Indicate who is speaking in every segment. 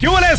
Speaker 1: tardes,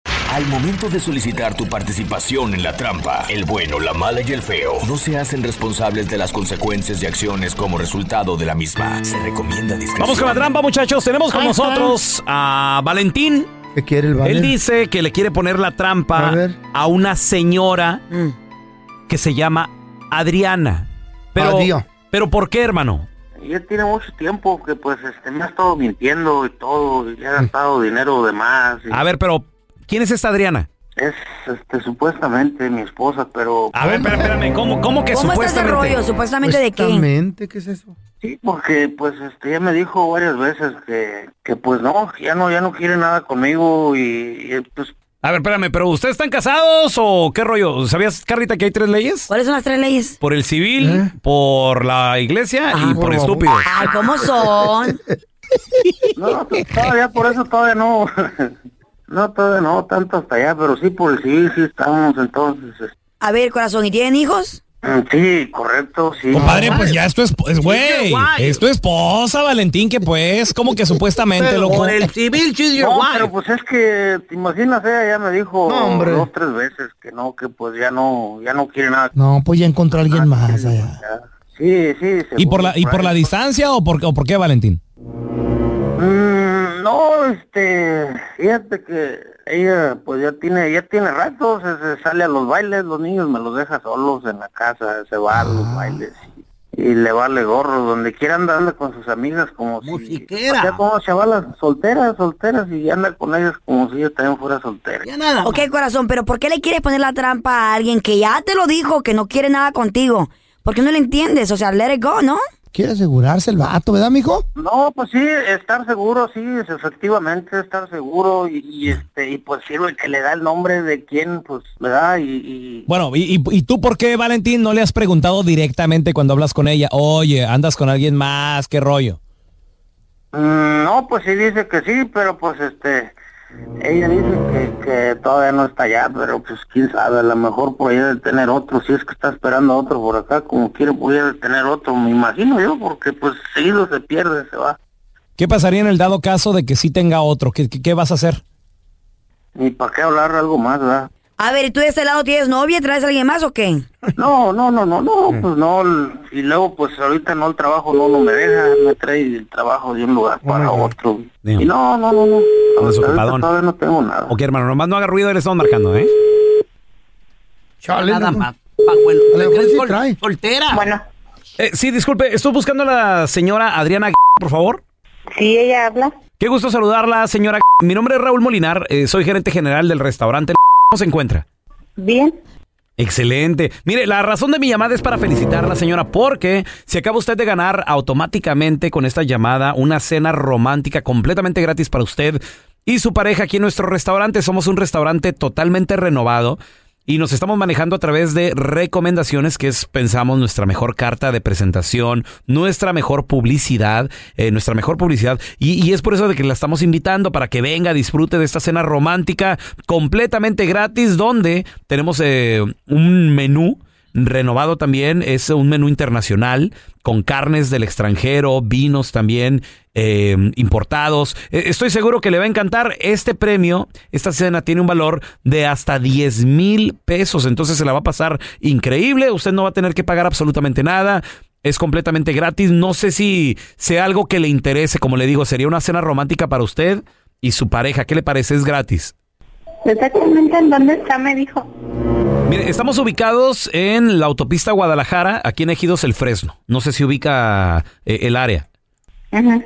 Speaker 2: Al momento de solicitar tu participación en la trampa, el bueno, la mala y el feo no se hacen responsables de las consecuencias y acciones como resultado de la misma. Se recomienda discreción.
Speaker 1: Vamos con la trampa, muchachos. Tenemos con nosotros a Valentín.
Speaker 3: ¿Qué quiere el
Speaker 1: Él
Speaker 3: Valer?
Speaker 1: dice que le quiere poner la trampa
Speaker 3: A ver.
Speaker 1: a una señora que se llama Adriana. Pero,
Speaker 3: Adiós.
Speaker 1: pero ¿por qué, hermano?
Speaker 4: Ya tiene mucho tiempo que pues este me ha estado mintiendo y todo, y le ha gastado dinero de más. y
Speaker 1: A ver, pero ¿quién es esta Adriana?
Speaker 4: Es este supuestamente mi esposa, pero
Speaker 1: A ver, espérame, espérame, ¿cómo, cómo que
Speaker 5: ¿Cómo está ese
Speaker 1: supuestamente?
Speaker 5: rollo? ¿Supuestamente de qué?
Speaker 3: Pues Exactamente, ¿qué es eso?
Speaker 4: sí, porque pues este ya me dijo varias veces que, que pues no, que ya no ya no quiere nada conmigo y, y, pues
Speaker 1: A ver, espérame, pero ¿ustedes están casados o qué rollo? ¿Sabías, Carrita, que hay tres leyes?
Speaker 5: ¿Cuáles son las tres leyes?
Speaker 1: Por el civil,
Speaker 3: ¿Eh?
Speaker 1: por la iglesia y
Speaker 3: Ah,
Speaker 1: por
Speaker 3: por
Speaker 1: estúpido.
Speaker 5: Ay, ¿cómo son?
Speaker 4: no, pues, todavía por eso todavía no. No, todavía no, tanto hasta allá, pero sí por el civil sí estamos entonces. este, mm,
Speaker 5: A ver, corazón, ¿y tienen hijos?
Speaker 4: Sí, correcto, sí.
Speaker 6: Compadre, pues ya esto es, es güey,
Speaker 1: guay.
Speaker 6: es tu esposa, Valentín, que pues, como que supuestamente, loco.
Speaker 1: civil, she's
Speaker 4: No, pero pues es que, te imaginas, eh? ella ya me dijo
Speaker 3: No, hombre.
Speaker 4: dos, tres veces que no, que pues ya no, ya no quiere nada.
Speaker 6: No, pues ya encontró a
Speaker 3: Ah,
Speaker 6: alguien más
Speaker 4: Ya. Sí, sí.
Speaker 6: ¿Y
Speaker 4: según
Speaker 6: por la, y por la
Speaker 4: ahí.
Speaker 6: distancia o por, o por qué, Valentín?
Speaker 4: Mm, no, este, fíjate que ella pues ya tiene, ya tiene rato, se, se sale a los bailes, los niños me los deja solos en la casa, se va a
Speaker 6: Ah.
Speaker 4: los bailes. Y, y le vale gorro, donde quiera anda, anda con sus amigas como si...
Speaker 7: Musiquera.
Speaker 4: O sea, como chavalas solteras, solteras, y anda con ellas como si ella también fuera soltera.
Speaker 7: Ya nada.
Speaker 5: Ok, corazón, pero ¿por qué le quieres poner la trampa a alguien que ya te lo dijo que no quiere nada contigo? ¿Por qué no le entiendes? O sea, let it go, ¿no?
Speaker 3: Quiere asegurarse el vato, ¿verdad, mijo?
Speaker 4: No, pues sí, estar seguro, sí, es efectivamente estar seguro y, y, este y pues sirve que le da el nombre de quién, pues, ¿verdad? Y, y
Speaker 6: Bueno, y, y- y tú por qué, Valentín, no le has preguntado directamente cuando hablas con ella? Oye, andas con alguien más, qué rollo.
Speaker 4: mm, no, pues sí dice que sí, pero pues este ella dice que, que todavía no está allá, pero pues quién sabe, a lo mejor por allá de tener otro, si es que está esperando a otro por acá, como quiere pudiera tener otro, me imagino yo, porque pues seguido se pierde, se va.
Speaker 6: ¿Qué pasaría en el dado caso de que sí tenga otro? ¿Qué, qué- qué vas a hacer?
Speaker 4: Ni para qué hablar algo más, ¿verdad?
Speaker 5: A ver, ¿y tú de este lado tienes novia? ¿Traes a alguien más o qué?
Speaker 4: No, no, no, no, no, pues no. l- Y luego, pues ahorita no, el trabajo no, no me deja. Me trae el trabajo de un lugar para otro.
Speaker 1: Damn.
Speaker 4: Y no, no, no, no. Ahorita- ahorita
Speaker 1: desocupadón.
Speaker 4: Todavía no tengo nada.
Speaker 1: Ok, hermano, nomás no haga ruido, le estamos marcando, ¿eh?
Speaker 3: Chale,
Speaker 7: Nada
Speaker 3: loco.
Speaker 7: más. Pajuelo.
Speaker 3: A lo mejor sí
Speaker 7: Sol-
Speaker 3: trae.
Speaker 7: soltera.
Speaker 8: Bueno,
Speaker 1: Eh, Sí, disculpe, estoy buscando a la señora Adriana, G, por favor.
Speaker 8: sí, ella habla.
Speaker 1: Qué gusto saludarla, señora. G. Mi nombre es Raúl Molinar, eh, soy gerente general del restaurante. G. ¿Cómo se encuentra?
Speaker 8: Bien.
Speaker 1: Excelente. Mire, la razón de mi llamada es para felicitarla, señora, porque se acaba usted de ganar automáticamente con esta llamada una cena romántica completamente gratis para usted y su pareja aquí en nuestro restaurante. Somos un restaurante totalmente renovado y nos estamos manejando a través de recomendaciones que es, pensamos, nuestra mejor carta de presentación, nuestra mejor publicidad, eh, nuestra mejor publicidad. Y, y es por eso de que la estamos invitando para que venga, disfrute de esta cena romántica completamente gratis, donde tenemos eh, un menú. Renovado también, es un menú internacional con carnes del extranjero, vinos también eh, importados. Eh, Estoy seguro que le va a encantar este premio. Esta cena tiene un valor de hasta 10 mil pesos, entonces se la va a pasar increíble. Usted no va a tener que pagar absolutamente nada. Es completamente gratis. No sé si sea algo que le interese. Como le digo, sería una cena romántica para usted y su pareja. ¿Qué le parece? Es gratis.
Speaker 8: Exactamente en dónde está, me dijo.
Speaker 1: Mire, estamos ubicados en la autopista Guadalajara, aquí en Ejidos El Fresno. No sé si ubica eh, el área.
Speaker 8: Ajá.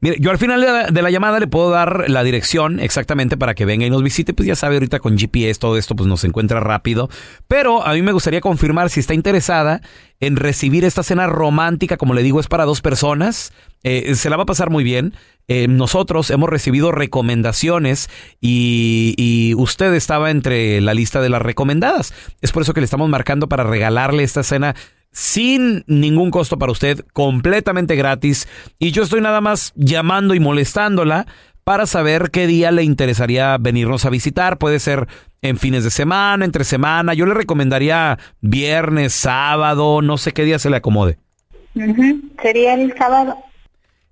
Speaker 1: Mire, yo al final de la, de la llamada le puedo dar la dirección exactamente para que venga y nos visite. Pues ya sabe, ahorita con GPS todo esto pues nos encuentra rápido. Pero a mí me gustaría confirmar si está interesada en recibir esta cena romántica, como le digo, es para dos personas. Eh, se la va a pasar muy bien. Eh, nosotros hemos recibido recomendaciones y, y usted estaba entre la lista de las recomendadas. Es por eso que le estamos marcando para regalarle esta cena sin ningún costo para usted, completamente gratis. Y yo estoy nada más llamando y molestándola para saber qué día le interesaría venirnos a visitar. Puede ser en fines de semana, entre semana. Yo le recomendaría viernes, sábado, no sé qué día se le acomode.
Speaker 8: Ujú. Sería el sábado.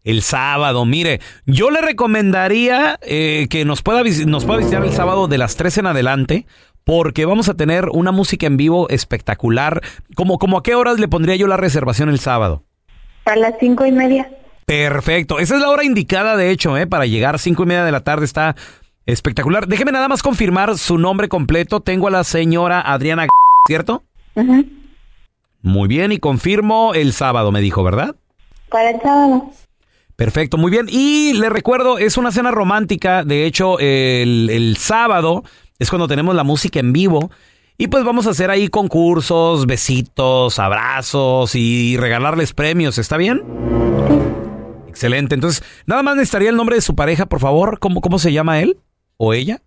Speaker 1: El sábado, mire, yo le recomendaría eh, que nos pueda, visi- nos pueda visitar el sábado de las 3 en adelante, porque vamos a tener una música en vivo espectacular. ¿Como, como a qué horas le pondría yo la reservación el sábado?
Speaker 8: A las cinco y media.
Speaker 1: Perfecto. Esa es la hora indicada, de hecho, ¿eh? para llegar cinco y media de la tarde está espectacular. Déjeme nada más confirmar su nombre completo. Tengo a la señora Adriana, ¿cierto?
Speaker 8: Ujú.
Speaker 1: Muy bien, y confirmo el sábado, me dijo, ¿verdad?
Speaker 8: Para el sábado.
Speaker 1: Perfecto, muy bien. Y le recuerdo, es una cena romántica. De hecho, el, el sábado es cuando tenemos la música en vivo. Y pues vamos a hacer ahí concursos, besitos, abrazos y regalarles premios. ¿Está bien? Excelente. Entonces, nada más necesitaría el nombre de su pareja, por favor. ¿Cómo, cómo se llama él o ella?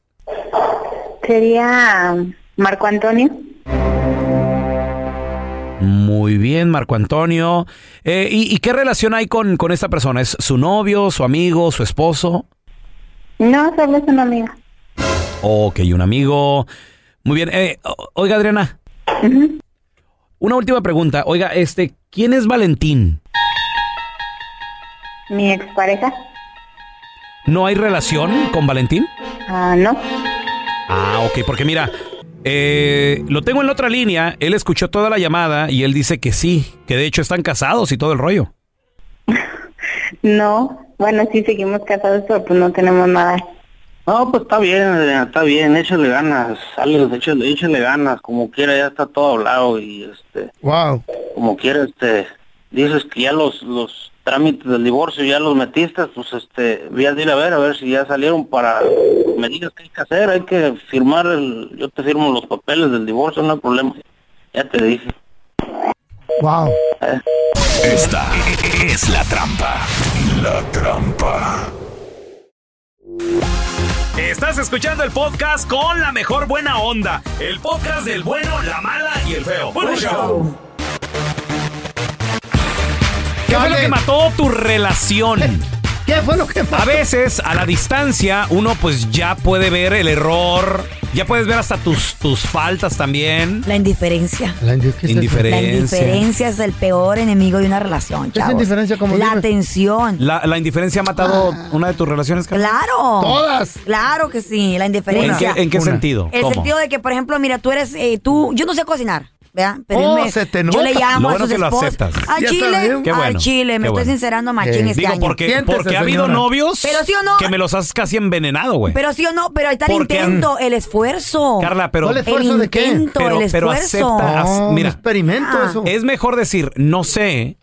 Speaker 8: Sería um, Marco Antonio.
Speaker 1: Muy bien, Marco Antonio. Eh, ¿y, y qué relación hay con, con esta persona? ¿Es su novio, su amigo, su esposo?
Speaker 8: No, solo es una amiga.
Speaker 1: Ok, un amigo. Muy bien. Eh, o- oiga, Adriana.
Speaker 8: Ujú.
Speaker 1: Una última pregunta. Oiga, este, ¿quién es Valentín?
Speaker 8: Mi expareja.
Speaker 1: ¿No hay relación con Valentín?
Speaker 8: Ah, no.
Speaker 1: Ah, ok, porque mira, eh, lo tengo en la otra línea. Él escuchó toda la llamada y él dice que sí, que de hecho están casados y todo el rollo.
Speaker 8: No. Bueno, sí seguimos casados, pero pues no tenemos nada.
Speaker 4: No, pues está bien, Adriana, está bien, échale ganas, sales, échale, échale ganas, como quiera, ya está todo hablado y este,
Speaker 3: Wow.
Speaker 4: como quiera, este, dices que ya los, los trámites del divorcio ya los metiste, pues este, voy a ir a ver, a ver si ya salieron para, me digas qué hay que hacer, hay que firmar el, yo te firmo los papeles del divorcio, no hay problema, ya te dije.
Speaker 3: Wow.
Speaker 2: Esta es la trampa. La trampa.
Speaker 1: Estás escuchando el podcast con la mejor buena onda. El podcast del bueno, la mala y el feo. ¿Qué fue lo que mató tu relación?
Speaker 3: ¿Qué fue lo que
Speaker 1: A
Speaker 3: pasó?
Speaker 1: veces, a la distancia, uno pues ya puede ver el error, ya puedes ver hasta tus, tus faltas también.
Speaker 5: La indiferencia. La
Speaker 1: Indiferencia.
Speaker 5: indiferencia es el peor enemigo de una relación,
Speaker 3: ¿Qué es
Speaker 5: chavos.
Speaker 3: indiferencia? Como
Speaker 5: La
Speaker 3: dime.
Speaker 5: atención.
Speaker 1: La, la indiferencia ha matado una de tus relaciones. Carla?
Speaker 5: Claro.
Speaker 3: Todas.
Speaker 5: Claro que sí, la
Speaker 1: ¿En qué,
Speaker 5: indiferencia.
Speaker 1: en qué
Speaker 3: Una.
Speaker 1: sentido?
Speaker 5: El
Speaker 1: eh, ¿Cómo?
Speaker 5: sentido de que, por ejemplo, mira, tú eres, eh, tú, yo no sé cocinar, ¿verdad?
Speaker 3: Oh,
Speaker 5: él me-
Speaker 3: se te
Speaker 5: Yo
Speaker 3: nota.
Speaker 5: le llamo
Speaker 1: Lo
Speaker 5: a
Speaker 1: bueno
Speaker 5: sus
Speaker 1: que lo
Speaker 5: esposas.
Speaker 1: aceptas.
Speaker 5: Al
Speaker 3: Ya está
Speaker 5: Chile,
Speaker 3: bien.
Speaker 1: Qué
Speaker 5: al
Speaker 1: bueno,
Speaker 5: Chile, me
Speaker 1: qué
Speaker 5: estoy
Speaker 1: bueno.
Speaker 5: sincerando machín
Speaker 3: Eh,
Speaker 5: este
Speaker 1: Digo,
Speaker 5: año.
Speaker 1: porque,
Speaker 3: Siéntese,
Speaker 1: porque ha habido
Speaker 3: señora.
Speaker 1: novios
Speaker 5: Pero sí o no.
Speaker 1: que me los has casi envenenado, güey.
Speaker 5: Pero sí o no, pero ahí está el
Speaker 1: Porque-
Speaker 5: intento, el esfuerzo.
Speaker 1: Carla, pero,
Speaker 3: ¿Cuál es?
Speaker 5: el
Speaker 3: ¿Esfuerzo de qué?
Speaker 5: intento,
Speaker 1: Pero-
Speaker 5: el
Speaker 1: pero
Speaker 5: esfuerzo.
Speaker 1: acepta-
Speaker 3: No,
Speaker 1: Mira.
Speaker 3: un experimento
Speaker 5: Ah.
Speaker 3: eso.
Speaker 1: es mejor decir no sé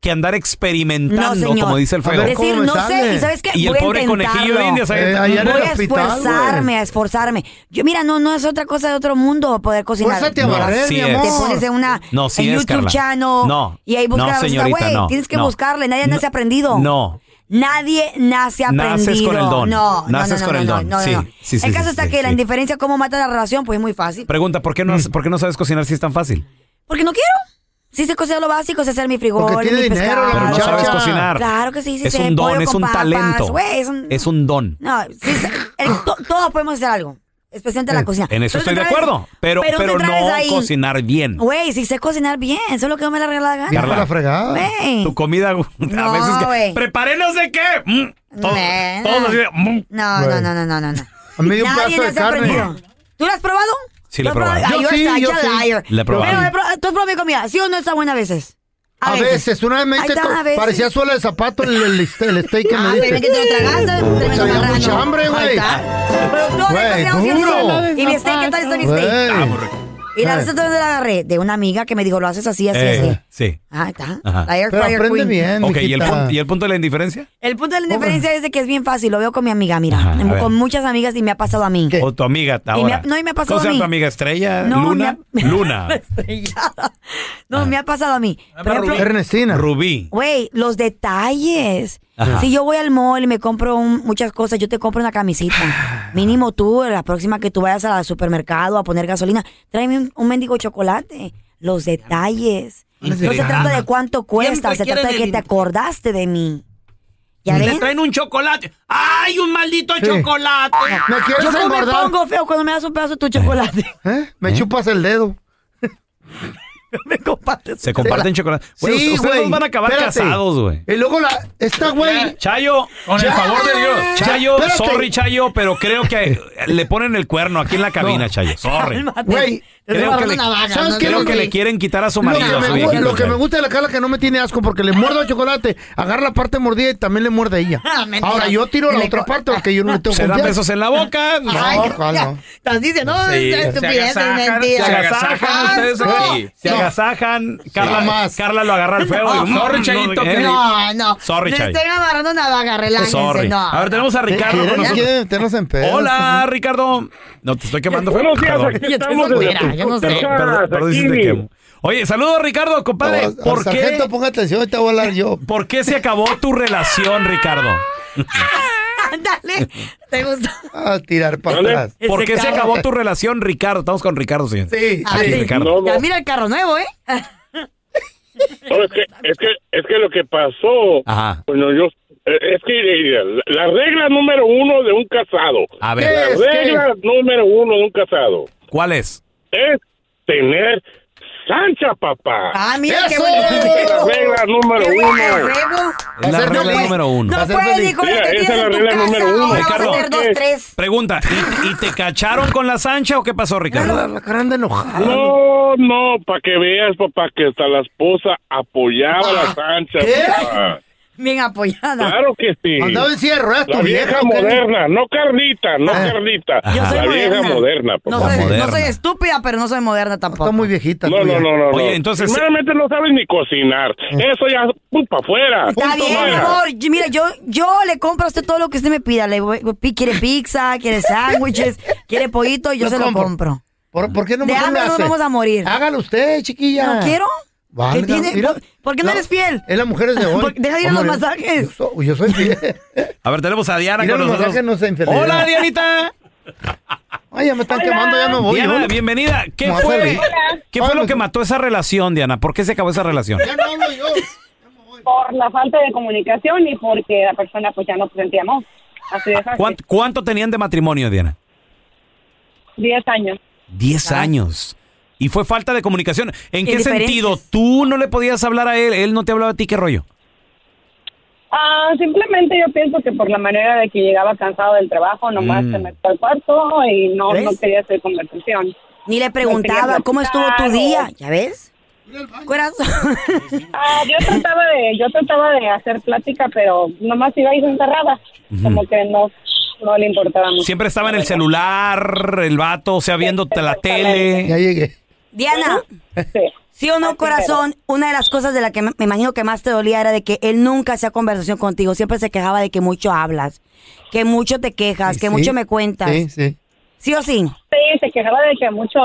Speaker 1: que andar
Speaker 5: No,
Speaker 1: experimentando,
Speaker 5: señor.
Speaker 1: como dice el
Speaker 3: A
Speaker 1: feo.
Speaker 3: ver,
Speaker 5: decir,
Speaker 3: ¿cómo me
Speaker 5: no sé,
Speaker 3: sale?
Speaker 5: y ¿sabes qué?
Speaker 1: Y el
Speaker 5: Voy a
Speaker 1: pobre conejillo de
Speaker 5: intentarlo.
Speaker 1: Indias.
Speaker 3: Eh, allá en
Speaker 5: Voy
Speaker 3: el
Speaker 5: a
Speaker 3: hospital,
Speaker 5: esforzarme,
Speaker 3: güey.
Speaker 5: a esforzarme. Yo, mira, no, no es otra cosa de otro mundo poder cocinar.
Speaker 3: Fuérzate a
Speaker 5: Mira,
Speaker 3: barrer,
Speaker 1: Así
Speaker 3: mi
Speaker 1: es.
Speaker 3: Pues, amor.
Speaker 5: Te pones en una
Speaker 1: No, sí
Speaker 5: en
Speaker 1: es,
Speaker 5: YouTube
Speaker 1: Carla.
Speaker 5: channel
Speaker 1: No,
Speaker 5: y ahí buscas
Speaker 1: no,
Speaker 5: la receta,
Speaker 1: señorita,
Speaker 5: güey,
Speaker 1: no,
Speaker 5: tienes que
Speaker 1: no.
Speaker 5: buscarle, nadie nace
Speaker 1: No,
Speaker 5: aprendido.
Speaker 1: no.
Speaker 5: Nadie nace aprendido.
Speaker 1: Naces con el don.
Speaker 5: No, no,
Speaker 1: Naces
Speaker 5: no, no,
Speaker 1: con el
Speaker 5: no,
Speaker 1: don.
Speaker 5: no, no,
Speaker 1: Sí,
Speaker 5: no.
Speaker 1: sí, sí, sí,
Speaker 5: El caso está
Speaker 1: sí,
Speaker 5: que la
Speaker 1: sí.
Speaker 5: indiferencia cómo mata la relación, pues es muy fácil.
Speaker 1: Pregunta, ¿por qué, no, has- ¿por qué no sabes cocinar si es tan fácil?
Speaker 5: Porque no quiero. Sí sé cocinar lo básico, sé hacer mi frijol,
Speaker 3: Porque tiene
Speaker 5: mi
Speaker 3: dinero,
Speaker 5: pescado.
Speaker 3: la
Speaker 1: Pero no
Speaker 3: Muchacha.
Speaker 1: sabes cocinar.
Speaker 5: Ah, Claro que sí, sí
Speaker 1: es
Speaker 5: sé,
Speaker 1: un don,
Speaker 5: pollo
Speaker 1: es
Speaker 5: con
Speaker 1: un
Speaker 5: papas,
Speaker 1: talento.
Speaker 5: güey, es un-
Speaker 1: don.
Speaker 5: No, sí, sí, el- to- todos podemos hacer algo. Especialmente la cocina.
Speaker 1: Eh, En eso
Speaker 5: Pero
Speaker 1: estoy de
Speaker 5: te traes-
Speaker 1: acuerdo, pero, pero,
Speaker 5: te traes
Speaker 1: no
Speaker 5: ahí-
Speaker 1: cocinar bien.
Speaker 5: Güey, si sé cocinar bien, eso es lo que no me la regala gana.
Speaker 3: Vieja la fregada.
Speaker 5: Güey.
Speaker 1: Tu comida a
Speaker 5: Mm. No,
Speaker 1: veces que
Speaker 5: güey.
Speaker 1: preparé no sé qué. Mm, todo-
Speaker 5: Nah,
Speaker 1: todos
Speaker 5: nah.
Speaker 1: así de, mm.
Speaker 5: No, no,
Speaker 3: Güey.
Speaker 5: no, no, no, no, no.
Speaker 3: A mí dio un
Speaker 5: Nadie
Speaker 3: pedazo de
Speaker 5: nace
Speaker 3: carne.
Speaker 5: aprendido. ¿Tú la has probado?
Speaker 1: Sí, la he
Speaker 5: ¿Lo has
Speaker 1: probado.
Speaker 5: Ah,
Speaker 3: Yo
Speaker 5: you're
Speaker 3: sí,
Speaker 5: such
Speaker 3: yo
Speaker 5: a
Speaker 3: sí.
Speaker 5: liar.
Speaker 1: La he probado.
Speaker 5: Pero, he probado- ¿tú has probado mi comida? ¿Sí o no está buena a veces?
Speaker 3: A veces, una vez me
Speaker 5: Ahí
Speaker 3: hice
Speaker 5: está,
Speaker 3: co-
Speaker 5: a veces.
Speaker 3: parecía suela de zapato el, el, este, el steak que
Speaker 5: Ah,
Speaker 3: me
Speaker 5: pero es que
Speaker 3: diste.
Speaker 5: te lo tragaste. tremendo
Speaker 3: traía
Speaker 5: marrano.
Speaker 3: mucha hambre,
Speaker 5: Ahí
Speaker 3: güey.
Speaker 5: está. Pero todo
Speaker 3: Güey,
Speaker 5: demasiado
Speaker 3: duro.
Speaker 1: Ah,
Speaker 5: ciencia. ¿Y mi steak? ¿Qué tal está mi
Speaker 3: Güey.
Speaker 5: steak? Y ¿Y la
Speaker 3: Eh.
Speaker 5: receta dónde la agarré? De una amiga que me dijo, lo haces así, así, así.
Speaker 1: Eh, sí.
Speaker 5: Ah, está.
Speaker 1: Ajá.
Speaker 5: La air
Speaker 3: Pero
Speaker 5: fryer
Speaker 3: aprende
Speaker 5: queen.
Speaker 3: bien,
Speaker 1: Ok, ¿y el,
Speaker 3: mijita.
Speaker 1: pun- ¿y el punto de la indiferencia?
Speaker 5: El punto de la indiferencia es de que es bien fácil. Lo veo con mi amiga, mira.
Speaker 1: Ajá, a
Speaker 5: con
Speaker 1: ver.
Speaker 5: muchas amigas y me ha pasado a mí.
Speaker 3: ¿Qué?
Speaker 1: ¿O tu amiga ahora?
Speaker 5: no, y me ha
Speaker 1: ¿Cómo
Speaker 5: pasado
Speaker 1: se
Speaker 5: a
Speaker 1: llama
Speaker 5: mí.
Speaker 1: tu amiga? ¿Estrella?
Speaker 5: No,
Speaker 1: ¿Luna?
Speaker 5: me ha-
Speaker 1: Luna.
Speaker 5: Estrellada. No, me ha pasado a mí.
Speaker 1: Ah,
Speaker 5: Por ejemplo,
Speaker 1: Rubí.
Speaker 3: Ernestina.
Speaker 1: Rubí.
Speaker 5: Güey, los detalles.
Speaker 1: Ajá.
Speaker 5: Si yo voy al mall y me compro un- muchas cosas, yo te compro una camisita. Mínimo tú, la próxima que tú vayas al supermercado a poner gasolina, tráeme un, un mendigo chocolate. Los detalles. No se trata de cuánto cuesta, se trata de que te acordaste de mí. ¿Ya ves?
Speaker 1: traen un chocolate. ¡Ay, un maldito
Speaker 3: Sí. chocolate! ¿Me
Speaker 5: Yo
Speaker 3: quieres
Speaker 5: no me
Speaker 3: engordar?
Speaker 5: pongo feo cuando me das un pedazo de tu chocolate.
Speaker 3: ¿Eh? ¿Me chupas el dedo?
Speaker 5: me compartes.
Speaker 1: Se comparten chocolate. Güey,
Speaker 3: sí,
Speaker 1: ustedes
Speaker 3: güey.
Speaker 1: no van a acabar
Speaker 3: Espérate.
Speaker 1: casados, güey.
Speaker 3: Y luego la... Esta güey...
Speaker 1: Chayo,
Speaker 7: Con el favor de Dios.
Speaker 1: Chayo,
Speaker 3: Espérate.
Speaker 1: sorry, Chayo, pero creo que le ponen el cuerno aquí en la cabina, Chayo. Sorry.
Speaker 5: Cálmate.
Speaker 3: Güey,
Speaker 5: Te
Speaker 1: creo
Speaker 5: vas
Speaker 1: que
Speaker 5: a
Speaker 1: le-
Speaker 5: una vaga,
Speaker 3: ¿sabes
Speaker 5: no te
Speaker 3: qué?
Speaker 1: Creo que
Speaker 5: preocupes.
Speaker 1: le quieren quitar a su
Speaker 3: Lo
Speaker 1: marido. a
Speaker 3: que,
Speaker 1: su
Speaker 3: me, gu-
Speaker 1: viejito,
Speaker 3: lo que me
Speaker 1: Chayo.
Speaker 3: gusta de la Carla que no me tiene asco porque le muerdo el chocolate, agarra la parte mordida y también le muerde a ella.
Speaker 5: Ah, mentira.
Speaker 3: Ahora yo tiro la
Speaker 5: Le
Speaker 3: otra
Speaker 5: co-
Speaker 3: parte porque yo no le tengo
Speaker 1: Pues Se dan
Speaker 3: confianza.
Speaker 1: besos en la boca.
Speaker 3: Ay, No, ¿cuál no?
Speaker 5: Estás diciendo, no,
Speaker 7: Sí,
Speaker 5: es
Speaker 7: se
Speaker 5: estupidez, es
Speaker 7: agasajan,
Speaker 5: mentira.
Speaker 7: se
Speaker 1: agasajan ustedes aquí. Se
Speaker 3: No.
Speaker 1: agasajan. Carla,
Speaker 3: más.
Speaker 1: Carla lo agarra al fuego.
Speaker 7: No, sorry, Chayito, que
Speaker 5: No, no.
Speaker 1: Sorry,
Speaker 5: no
Speaker 1: Chay.
Speaker 5: estén agarrando una vaga, relájense.
Speaker 1: Sorry.
Speaker 5: No.
Speaker 1: A ver, tenemos a Ricardo
Speaker 3: ¿Quieren-
Speaker 1: con nosotros.
Speaker 3: quieren meternos en pedos?
Speaker 1: Hola, Ricardo. No, te estoy quemando.
Speaker 9: Buenos días,
Speaker 1: Perdón.
Speaker 9: aquí
Speaker 5: Yo
Speaker 9: estamos
Speaker 5: estoy
Speaker 9: desde
Speaker 5: soltera, yo no sé.
Speaker 9: Texas,
Speaker 1: Perdón, perdón, sí
Speaker 9: aquí.
Speaker 1: te quemo. Oye, saludos, Ricardo, compadre.
Speaker 3: Al- al
Speaker 1: ¿Por qué,
Speaker 3: sargento, ponga atención, ahorita voy a hablar yo.
Speaker 1: ¿Por qué se acabó tu relación, Ricardo?
Speaker 5: Ándale. ¿Te gustó?
Speaker 3: A tirar para
Speaker 9: ¿Dónde?
Speaker 3: atrás.
Speaker 1: ¿Por
Speaker 5: Ese
Speaker 1: qué se
Speaker 5: carro.
Speaker 1: acabó tu relación, Ricardo? Estamos con Ricardo, señor.
Speaker 3: Sí.
Speaker 5: Ah,
Speaker 1: Sí,
Speaker 5: sí.
Speaker 1: Ricardo.
Speaker 9: No, no,
Speaker 5: Ya mira el carro nuevo, ¿eh?
Speaker 9: no, es que, es que, es que lo que pasó,
Speaker 5: Ah.
Speaker 1: Ajá.
Speaker 9: bueno, yo, eh, es que eh, la, la regla número uno de un casado,
Speaker 5: Ah.
Speaker 1: A
Speaker 3: ¿Qué?
Speaker 1: ver,
Speaker 9: la
Speaker 3: Es que-
Speaker 9: regla número uno de un casado
Speaker 1: ¿cuál es?
Speaker 9: es tener sancha, papá.
Speaker 5: Ah, mira qué
Speaker 3: ¡Eso!
Speaker 5: buen
Speaker 9: La
Speaker 5: consejo.
Speaker 9: regla número
Speaker 5: Qué buen
Speaker 9: uno.
Speaker 5: consejo.
Speaker 1: Es la
Speaker 3: ser
Speaker 1: regla
Speaker 3: feliz.
Speaker 1: número uno.
Speaker 3: Va a
Speaker 5: No
Speaker 3: ser
Speaker 5: puedes
Speaker 3: feliz.
Speaker 5: ir con el que
Speaker 9: Mira,
Speaker 5: tienes
Speaker 9: esa es
Speaker 5: en
Speaker 9: la
Speaker 5: tu
Speaker 9: regla
Speaker 5: casa.
Speaker 9: número uno.
Speaker 5: Ahora vas a
Speaker 1: Ricardo.
Speaker 5: tener dos, tres.
Speaker 1: Pregunta, ¿y, y te cacharon con la sancha o qué pasó, Ricardo?
Speaker 3: La, la cara anda enojada.
Speaker 9: No, no, para que veas, papá, que hasta la esposa apoyaba a la sancha.
Speaker 3: Ah. ¿qué?
Speaker 9: papá.
Speaker 5: Bien apoyada.
Speaker 9: Claro que sí.
Speaker 3: Andaba en silla de ruedas
Speaker 9: La
Speaker 3: tu
Speaker 9: vieja
Speaker 3: vieja. ¿o qué?
Speaker 9: moderna, no Carlita, no
Speaker 3: Ah.
Speaker 9: Carlita.
Speaker 5: Yo soy
Speaker 9: La vieja moderna,
Speaker 5: no,
Speaker 9: papá.
Speaker 5: soy,
Speaker 1: Moderna.
Speaker 5: no soy estúpida, pero no soy moderna tampoco.
Speaker 3: Está muy viejita.
Speaker 9: No, no, no, no.
Speaker 1: Oye,
Speaker 9: no.
Speaker 1: entonces-
Speaker 9: Primeramente no sabes ni cocinar.
Speaker 3: Mm.
Speaker 9: Eso ya, pum, para afuera.
Speaker 5: Está
Speaker 9: Punto,
Speaker 5: bien, mi
Speaker 9: fuera.
Speaker 5: amor. Yo- Mira, yo, yo le compro a usted todo lo que usted me pida. Le, voy- pi- quiere pizza, quiere sándwiches, quiere pollito, yo
Speaker 3: Lo
Speaker 5: se
Speaker 3: compro.
Speaker 5: lo compro.
Speaker 3: ¿Por, por qué no
Speaker 5: De
Speaker 3: mejor
Speaker 5: hambre
Speaker 3: le
Speaker 5: no
Speaker 3: hace?
Speaker 5: vamos a morir.
Speaker 3: Hágalo usted, chiquilla.
Speaker 5: ¿No quiero?
Speaker 3: Valga,
Speaker 5: ¿Qué tiene?
Speaker 3: mira,
Speaker 5: ¿Por, por qué no
Speaker 3: la-
Speaker 5: eres fiel?
Speaker 3: Es las mujeres de hoy.
Speaker 5: ¿Por- deja de ir a los
Speaker 3: Hombre,
Speaker 5: masajes?
Speaker 3: Yo soy, yo soy fiel.
Speaker 1: A ver, tenemos a Diana
Speaker 3: Mira,
Speaker 1: con
Speaker 3: los
Speaker 1: nosotros.
Speaker 3: masajes no se infidelidad.
Speaker 1: Hola, Dianita.
Speaker 3: Ay, ya me están quemando, ya me voy.
Speaker 1: Diana,
Speaker 3: yo.
Speaker 1: bienvenida. ¿Qué
Speaker 3: Me voy a
Speaker 1: fue?
Speaker 3: salir.
Speaker 1: ¿Qué fue lo que mató esa relación, Diana? ¿Por qué se acabó esa relación?
Speaker 3: Ya no hablo yo.
Speaker 8: Por la falta de comunicación y porque la persona pues ya no sentía amor. Así de fácil.
Speaker 1: ¿Cuánto, cuánto tenían de matrimonio, Diana?
Speaker 8: Diez años.
Speaker 1: Diez años. Y fue falta de comunicación. ¿En qué
Speaker 5: Indiferencias.
Speaker 1: sentido? Tú no le podías hablar a él, él no te hablaba a ti, ¿qué rollo?
Speaker 8: Ah, simplemente yo pienso que por la manera de que llegaba cansado del trabajo, nomás
Speaker 1: Mm.
Speaker 8: se metió al cuarto y no,
Speaker 5: ¿Ves?
Speaker 8: no quería hacer conversación.
Speaker 5: Ni le
Speaker 8: No
Speaker 5: preguntaba
Speaker 8: quería
Speaker 5: cómo estuvo tu
Speaker 8: platicar,
Speaker 5: día.
Speaker 8: o-
Speaker 5: ¿Ya ves? Corazón.
Speaker 8: Ah, yo trataba de, yo trataba de hacer plática, pero nomás iba ahí encerrada, como que no, no le importaba mucho.
Speaker 1: Siempre estaba en el celular, el vato, o sea, viendo la
Speaker 3: Ya
Speaker 1: tele.
Speaker 3: llegué.
Speaker 5: Diana,
Speaker 8: Sí.
Speaker 5: sí o no,
Speaker 8: Así
Speaker 5: corazón, una de las cosas de la que me me imagino que más te dolía era de que él nunca hacía conversación contigo. Siempre se quejaba de que mucho hablas, que mucho te quejas, que
Speaker 3: Sí,
Speaker 5: mucho me cuentas.
Speaker 3: Sí,
Speaker 5: Sí,
Speaker 3: sí.
Speaker 5: o sí.
Speaker 8: Sí, se quejaba de que mucho,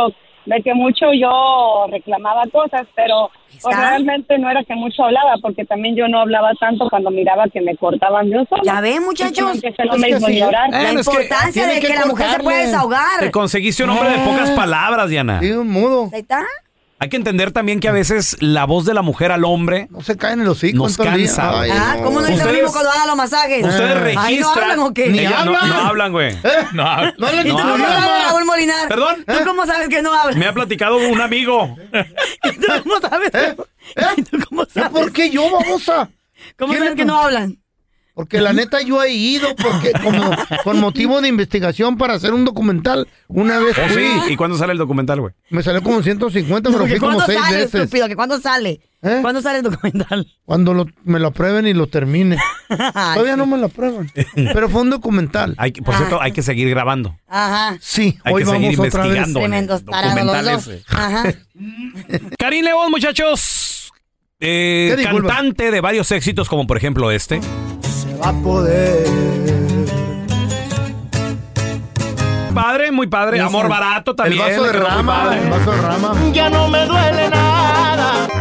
Speaker 8: de que mucho yo reclamaba cosas, pero pues,
Speaker 5: ¿Está?
Speaker 8: realmente no era que mucho hablaba, porque también yo no hablaba tanto cuando miraba que me cortaban yo sola.
Speaker 5: ¿Ya ven, muchachos?
Speaker 8: Que se lo
Speaker 3: Es que
Speaker 8: mismo
Speaker 3: sí.
Speaker 8: llorar.
Speaker 1: Eh,
Speaker 5: La
Speaker 1: no, es que
Speaker 5: importancia
Speaker 3: tiene
Speaker 5: de que,
Speaker 3: que
Speaker 5: la mujer se puede
Speaker 3: cortarle.
Speaker 1: Te
Speaker 5: desahogar.
Speaker 1: conseguiste un hombre de pocas palabras, Diana.
Speaker 3: Sí, un mudo.
Speaker 5: Ahí está.
Speaker 1: Hay que entender también que a veces la voz de la mujer al hombre,
Speaker 3: No se caen en los hocico.
Speaker 1: Nos
Speaker 3: en todo el día.
Speaker 1: cansa.
Speaker 3: Ay,
Speaker 5: Ah, ¿cómo no dice lo
Speaker 1: Eh, Ustedes-
Speaker 5: mismo cuando haga los masajes?
Speaker 1: ustedes registran.
Speaker 5: Ah. Ay, ¿no hablan o qué?
Speaker 3: Ni
Speaker 1: Ellas no,
Speaker 3: hablan.
Speaker 1: no hablan, güey.
Speaker 3: ¿Eh?
Speaker 1: No hablan.
Speaker 3: No le
Speaker 5: ¿Y tú
Speaker 3: no,
Speaker 5: cómo
Speaker 3: no,
Speaker 5: sabes, Raúl Molinar?
Speaker 1: ¿Perdón?
Speaker 5: ¿Tú cómo sabes que no habla?
Speaker 1: Me ha platicado un amigo.
Speaker 5: ¿Y tú cómo sabes?
Speaker 3: ¿Eh?
Speaker 5: ¿Y tú cómo
Speaker 3: ¿Yo
Speaker 5: sabes?
Speaker 3: por qué yo, babosa?
Speaker 5: ¿Cómo
Speaker 3: ¿Quién
Speaker 5: sabes
Speaker 3: le-
Speaker 5: que no hablan?
Speaker 3: Porque la neta yo he ido porque como con motivo de investigación para hacer un documental una vez
Speaker 1: Oh,
Speaker 3: fui.
Speaker 1: sí. ¿Y cuándo sale el documental, güey?
Speaker 3: Me salió como 150, pero fui
Speaker 5: ¿Que
Speaker 3: como
Speaker 5: ¿Cuándo
Speaker 3: seis
Speaker 5: sale,
Speaker 3: veces. ¿Eh?
Speaker 5: estúpido? ¿Que ¿Cuándo sale? ¿Cuándo sale el documental?
Speaker 3: Cuando lo- me lo aprueben y lo termine. Todavía no me lo aprueban. Pero fue un documental.
Speaker 1: Hay que- por cierto, hay que seguir grabando.
Speaker 5: Ajá.
Speaker 3: Sí,
Speaker 1: Hay
Speaker 3: hoy
Speaker 1: que seguir
Speaker 3: vamos otra vez.
Speaker 1: investigando.
Speaker 5: Tremendos tarados los
Speaker 1: documentales,
Speaker 5: dos.
Speaker 1: eh.
Speaker 5: Ajá.
Speaker 1: Karim León, muchachos. Eh,
Speaker 3: ¿Qué disculpa?
Speaker 1: cantante de varios éxitos, como por ejemplo este.
Speaker 3: Va a poder.
Speaker 1: Padre, muy padre. Amor barato
Speaker 3: El
Speaker 1: también.
Speaker 3: vaso de
Speaker 1: quedó muy
Speaker 3: rama,
Speaker 1: padre.
Speaker 3: el vaso de rama.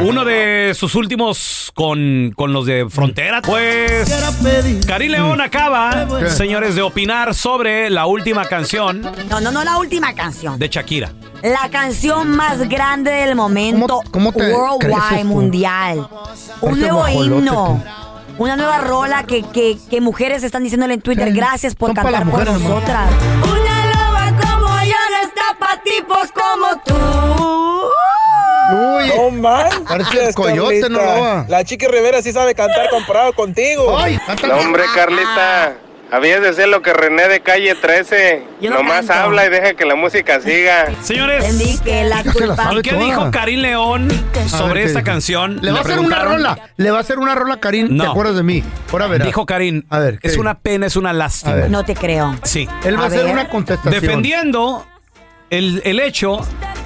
Speaker 1: Uno de sus últimos con, con los de Frontera. Pues. Karim León acaba,
Speaker 3: Mm. ¿Qué?
Speaker 1: señores, de opinar sobre la última canción
Speaker 5: No, no, no la última canción.
Speaker 1: de Shakira.
Speaker 5: La canción más grande del momento.
Speaker 3: ¿Cómo- cómo te
Speaker 5: worldwide,
Speaker 3: creces tú?
Speaker 5: mundial. Un
Speaker 3: Parece
Speaker 5: nuevo
Speaker 3: guajolote
Speaker 5: himno. Una nueva rola que, que, que mujeres están diciéndole en Twitter.
Speaker 3: Sí.
Speaker 5: Gracias por
Speaker 3: Son para
Speaker 5: cantar
Speaker 3: las
Speaker 5: por
Speaker 3: mujeres,
Speaker 5: nosotras. Una loba como yo no está para tipos como tú.
Speaker 3: Uy,
Speaker 10: No manches,
Speaker 3: Parece el coyote,
Speaker 10: Carlita.
Speaker 3: no lo va.
Speaker 10: La Chiqui Rivera sí sabe cantar comparado contigo.
Speaker 3: ay, cántale.
Speaker 9: No, hombre, Carlita. Habías de ser lo que René de calle 13.
Speaker 5: Ah, Yo no
Speaker 9: Nomás
Speaker 5: canto.
Speaker 9: habla y deja que la música siga.
Speaker 5: Entendí
Speaker 1: Señores,
Speaker 5: que la
Speaker 3: Ya se la
Speaker 5: culpa.
Speaker 3: sabe.
Speaker 1: ¿y qué
Speaker 3: toda.
Speaker 1: dijo Karim León
Speaker 3: A ver,
Speaker 1: sobre
Speaker 3: ¿qué
Speaker 1: esta
Speaker 3: dice?
Speaker 1: canción?
Speaker 3: Le va a hacer una
Speaker 1: preguntaron.
Speaker 3: rola. Le va a hacer una rola, Karim. ¿Te
Speaker 1: No.
Speaker 3: acuerdas de mí? Ahora verás.
Speaker 1: Dijo Karim,
Speaker 3: A ver, ¿qué
Speaker 1: es
Speaker 3: dijo?
Speaker 1: una pena, es una lástima.
Speaker 3: A ver.
Speaker 5: No te creo.
Speaker 1: Sí.
Speaker 3: Él va
Speaker 5: A
Speaker 3: a hacer
Speaker 5: ver.
Speaker 3: una contestación.
Speaker 1: Defendiendo el, el hecho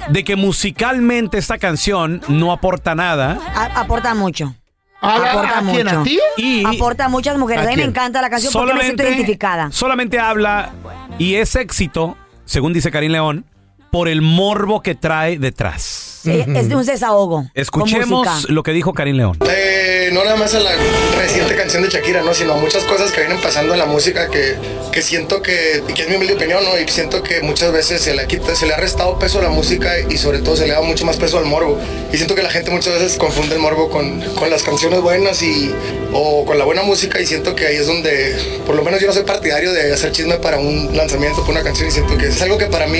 Speaker 1: de que musicalmente esta canción no aporta nada
Speaker 5: A- aporta mucho.
Speaker 3: ¿A, la-
Speaker 5: Aporta
Speaker 3: a quién?
Speaker 5: mucho.
Speaker 3: ¿A ti?
Speaker 1: y
Speaker 5: aporta a muchas mujeres.
Speaker 3: ¿A
Speaker 5: A mí me
Speaker 3: quién?
Speaker 5: encanta la canción porque me siento identificada.
Speaker 1: solamente habla y es éxito, según dice Karim León, por el morbo que trae detrás.
Speaker 5: Sí, Eh, Es de un desahogo. con
Speaker 1: Escuchemos
Speaker 5: música.
Speaker 1: lo que dijo Karim León.
Speaker 11: Eh, no nada más a la reciente canción de Shakira, ¿no? sino a muchas cosas que vienen pasando en la música que, que siento que, que es mi humilde opinión ¿no? y siento que muchas veces se le, ha quita, se le ha restado peso a la música y sobre todo se le ha dado mucho más peso al morbo. Y siento que la gente muchas veces confunde el morbo con, con las canciones buenas y, o con la buena música y siento que ahí es donde, por lo menos yo no soy partidario de hacer chisme para un lanzamiento, para una canción y siento que es algo que para mí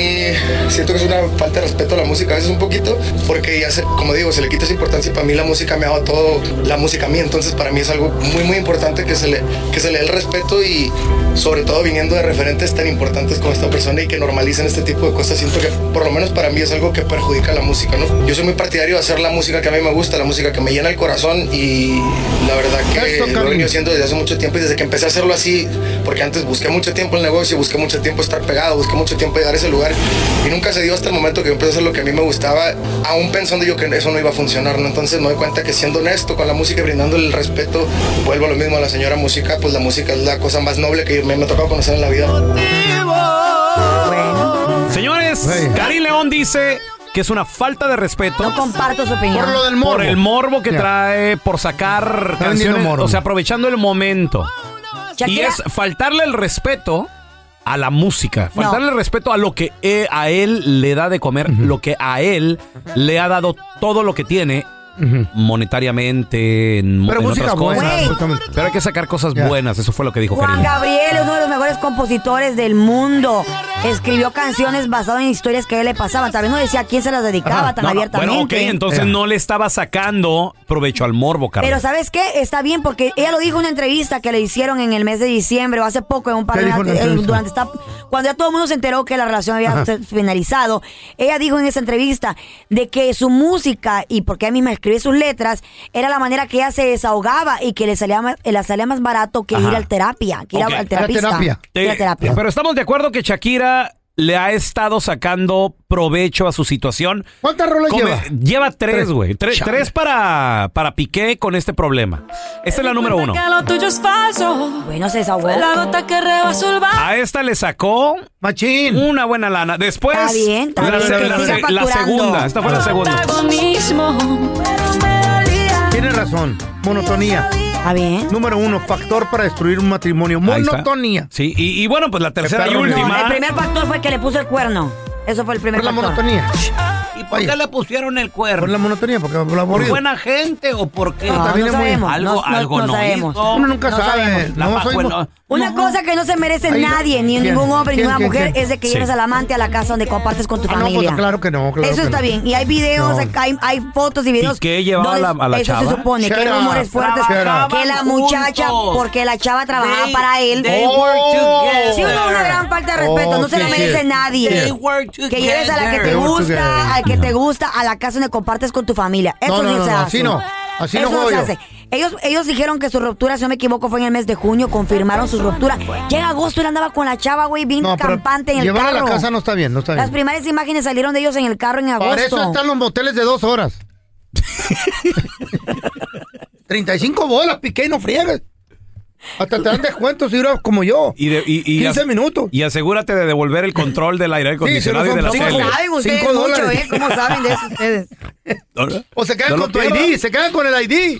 Speaker 11: siento que es una falta de respeto a la música a veces un poquito porque ya se- como digo se le quita esa importancia y para mí la música me ha dado todo la música a mí entonces para mí es algo muy muy importante que se le que se le dé el respeto y sobre todo viniendo de referentes tan importantes como esta persona y que normalicen este tipo de cosas siento que por lo menos para mí es algo que perjudica la música no yo soy muy partidario de hacer la música que a mí me gusta la música que me llena el corazón y la verdad que
Speaker 3: Eso,
Speaker 11: lo he
Speaker 3: Carmen.
Speaker 11: venido haciendo desde hace mucho tiempo y desde que empecé a hacerlo así, porque antes busqué mucho tiempo el negocio, busqué mucho tiempo estar pegado, busqué mucho tiempo llegar a ese lugar y nunca se dio hasta el momento que yo empecé a hacer lo que a mí me gustaba, aún pensando yo que eso no iba a funcionar, ¿no? Entonces me doy cuenta que siendo honesto con la música y brindándole el respeto, vuelvo a lo mismo a la señora música, pues la música es la cosa más noble que me, me ha tocado conocer en la vida.
Speaker 1: Señores,
Speaker 3: Güey.
Speaker 1: Karim León dice que es una falta de respeto.
Speaker 5: No comparto su opinión.
Speaker 3: Por lo del morbo.
Speaker 1: Por el morbo que
Speaker 3: Ya.
Speaker 1: trae, por sacar
Speaker 3: Está vendiendo
Speaker 1: canciones,
Speaker 3: morbo.
Speaker 1: o sea, aprovechando el momento. Y
Speaker 5: Shakira-
Speaker 1: es faltarle el respeto a la música,
Speaker 5: No.
Speaker 1: faltarle el respeto a lo que eh, a él le da de comer, lo que a él le ha dado todo lo que tiene monetariamente, en,
Speaker 3: Pero
Speaker 1: en
Speaker 3: música
Speaker 1: otras cosas.
Speaker 3: buena,
Speaker 5: Güey.
Speaker 3: justamente.
Speaker 1: Pero hay que sacar cosas
Speaker 3: Ya.
Speaker 1: buenas, eso fue lo que dijo
Speaker 5: Juan
Speaker 1: Karina.
Speaker 5: Gabriel es uno de los mejores compositores del mundo. Escribió canciones basadas en historias que a él le pasaban. También no decía a quién se las dedicaba
Speaker 3: Ajá.
Speaker 5: tan
Speaker 1: No, no,
Speaker 5: abiertamente.
Speaker 1: bueno, ok, entonces
Speaker 3: Eh.
Speaker 1: no le estaba sacando provecho al morbo, Carlos.
Speaker 5: Pero ¿sabes qué? Está bien porque ella lo dijo en una entrevista que le hicieron en el mes de diciembre o hace poco, en un par
Speaker 3: ¿Qué
Speaker 5: de
Speaker 3: dijo en la
Speaker 5: eh,
Speaker 3: entrevista?
Speaker 5: durante esta, cuando ya todo el mundo se enteró que la relación había
Speaker 3: Ajá.
Speaker 5: se- finalizado. Ella dijo en esa entrevista de que su música y porque ella misma escribía sus letras era la manera que ella se desahogaba y que le salía más, le salía más barato que
Speaker 1: Ajá.
Speaker 5: ir al terapia, que ir
Speaker 1: Ok.
Speaker 5: al
Speaker 1: Era
Speaker 5: terapista.
Speaker 3: terapia.
Speaker 1: Te-
Speaker 5: Ir a terapia.
Speaker 1: Pero estamos de acuerdo que Shakira le ha estado sacando provecho a su situación.
Speaker 3: ¿Cuántas rolas
Speaker 1: Come-
Speaker 3: Pues lleva?
Speaker 1: tres,
Speaker 3: Tres.
Speaker 1: güey. Tre- Tres,
Speaker 3: Chale.
Speaker 1: para, para Piqué con este problema. Esta es la número uno.
Speaker 5: Bueno, se desahogó.
Speaker 1: A esta le sacó
Speaker 3: Machín.
Speaker 1: una buena lana. Después,
Speaker 5: Está bien, está
Speaker 1: la,
Speaker 5: bien,
Speaker 1: la-
Speaker 5: que
Speaker 1: la-
Speaker 5: siga
Speaker 1: la- la
Speaker 5: facturando.
Speaker 1: segunda. Esta fue la segunda.
Speaker 3: Tienes razón. Monotonía.
Speaker 5: Está bien.
Speaker 3: Número uno, factor para destruir un matrimonio.
Speaker 1: Ahí está.
Speaker 3: Monotonía.
Speaker 1: Sí, y, y bueno, pues la tercera y
Speaker 3: perro,
Speaker 5: No,
Speaker 1: última.
Speaker 5: el primer factor fue que le puso el cuerno. Eso fue el primer
Speaker 3: Por la
Speaker 5: factor.
Speaker 3: monotonía.
Speaker 1: ¿Y
Speaker 3: por qué
Speaker 1: le pusieron el
Speaker 3: Por
Speaker 1: cuerno?
Speaker 3: la monotonía, porque por la aburrido.
Speaker 1: gente o por qué?
Speaker 5: No,
Speaker 3: También
Speaker 5: no
Speaker 3: es muy-
Speaker 5: sabemos.
Speaker 1: Algo-
Speaker 5: no, no-
Speaker 1: algo
Speaker 5: no
Speaker 1: no
Speaker 5: sabemos.
Speaker 1: hizo.
Speaker 3: Uno nunca
Speaker 5: No
Speaker 3: sabe.
Speaker 5: sabemos.
Speaker 3: No,
Speaker 1: La
Speaker 3: soy
Speaker 1: Pajuelo-
Speaker 5: Una cosa que no se merece
Speaker 3: Ay, no.
Speaker 5: nadie, ni
Speaker 3: ¿Quién?
Speaker 5: ningún hombre, ni
Speaker 3: ¿Quién,
Speaker 5: ninguna
Speaker 3: quién,
Speaker 5: mujer,
Speaker 3: quién?
Speaker 5: es de que
Speaker 3: Sí.
Speaker 5: lleves al amante a la casa donde compartes con tu
Speaker 3: no,
Speaker 5: familia.
Speaker 3: pues claro que no, claro
Speaker 5: Eso
Speaker 3: que
Speaker 5: está
Speaker 3: no.
Speaker 5: bien. Y hay videos,
Speaker 3: No.
Speaker 5: hay, hay fotos y videos.
Speaker 1: ¿Y qué llevaba
Speaker 5: donde
Speaker 1: la- a la
Speaker 5: eso
Speaker 1: chava?
Speaker 5: se supone, que
Speaker 1: Shut up,
Speaker 5: rumores fuertes.
Speaker 1: trabajaban
Speaker 5: Que la muchacha,
Speaker 1: juntos.
Speaker 5: porque la chava trabajaba
Speaker 1: They-
Speaker 5: para él.
Speaker 1: they work together.
Speaker 5: Sí, una, una gran falta de
Speaker 1: Oh,
Speaker 5: respeto. no se lo
Speaker 1: sí,
Speaker 5: merece
Speaker 1: sí.
Speaker 5: nadie.
Speaker 1: They work
Speaker 5: que lleves a la que
Speaker 1: together.
Speaker 5: te
Speaker 1: They work
Speaker 5: gusta,
Speaker 1: together.
Speaker 5: al que te gusta, a la casa donde compartes con tu familia. Eso
Speaker 3: No, no,
Speaker 5: no,
Speaker 3: no,
Speaker 5: se
Speaker 3: no,
Speaker 5: hace.
Speaker 3: así no. Así no
Speaker 5: Eso
Speaker 3: juego
Speaker 5: se
Speaker 3: yo.
Speaker 5: hace. Ellos, ellos dijeron que su ruptura, si no me equivoco, fue en el mes de junio. Confirmaron su ruptura. Llega agosto, él andaba con la chava, güey, bien
Speaker 3: No, pero
Speaker 5: campante en el
Speaker 3: llevar
Speaker 5: carro.
Speaker 3: a la casa no está bien, no está
Speaker 5: Las
Speaker 3: bien.
Speaker 5: primeras imágenes salieron de ellos en el carro en agosto.
Speaker 3: Para eso están los moteles de dos horas. 35 bolas, piqué y no friegues. Hasta te dan descuentos si eras como yo.
Speaker 1: Y de- y- y
Speaker 3: 15
Speaker 1: as-
Speaker 3: minutos.
Speaker 1: Y asegúrate de devolver el control del aire acondicionado
Speaker 3: Sí,
Speaker 1: y
Speaker 3: sí,
Speaker 1: de la
Speaker 3: no son-
Speaker 1: tele.
Speaker 3: ¿Cómo saben ustedes Cinco mucho, dólares. eh? ¿Cómo saben de eso
Speaker 5: ustedes?
Speaker 3: O se quedan
Speaker 1: No lo
Speaker 3: con tu
Speaker 1: pierdas.
Speaker 3: ID, se quedan con el ID.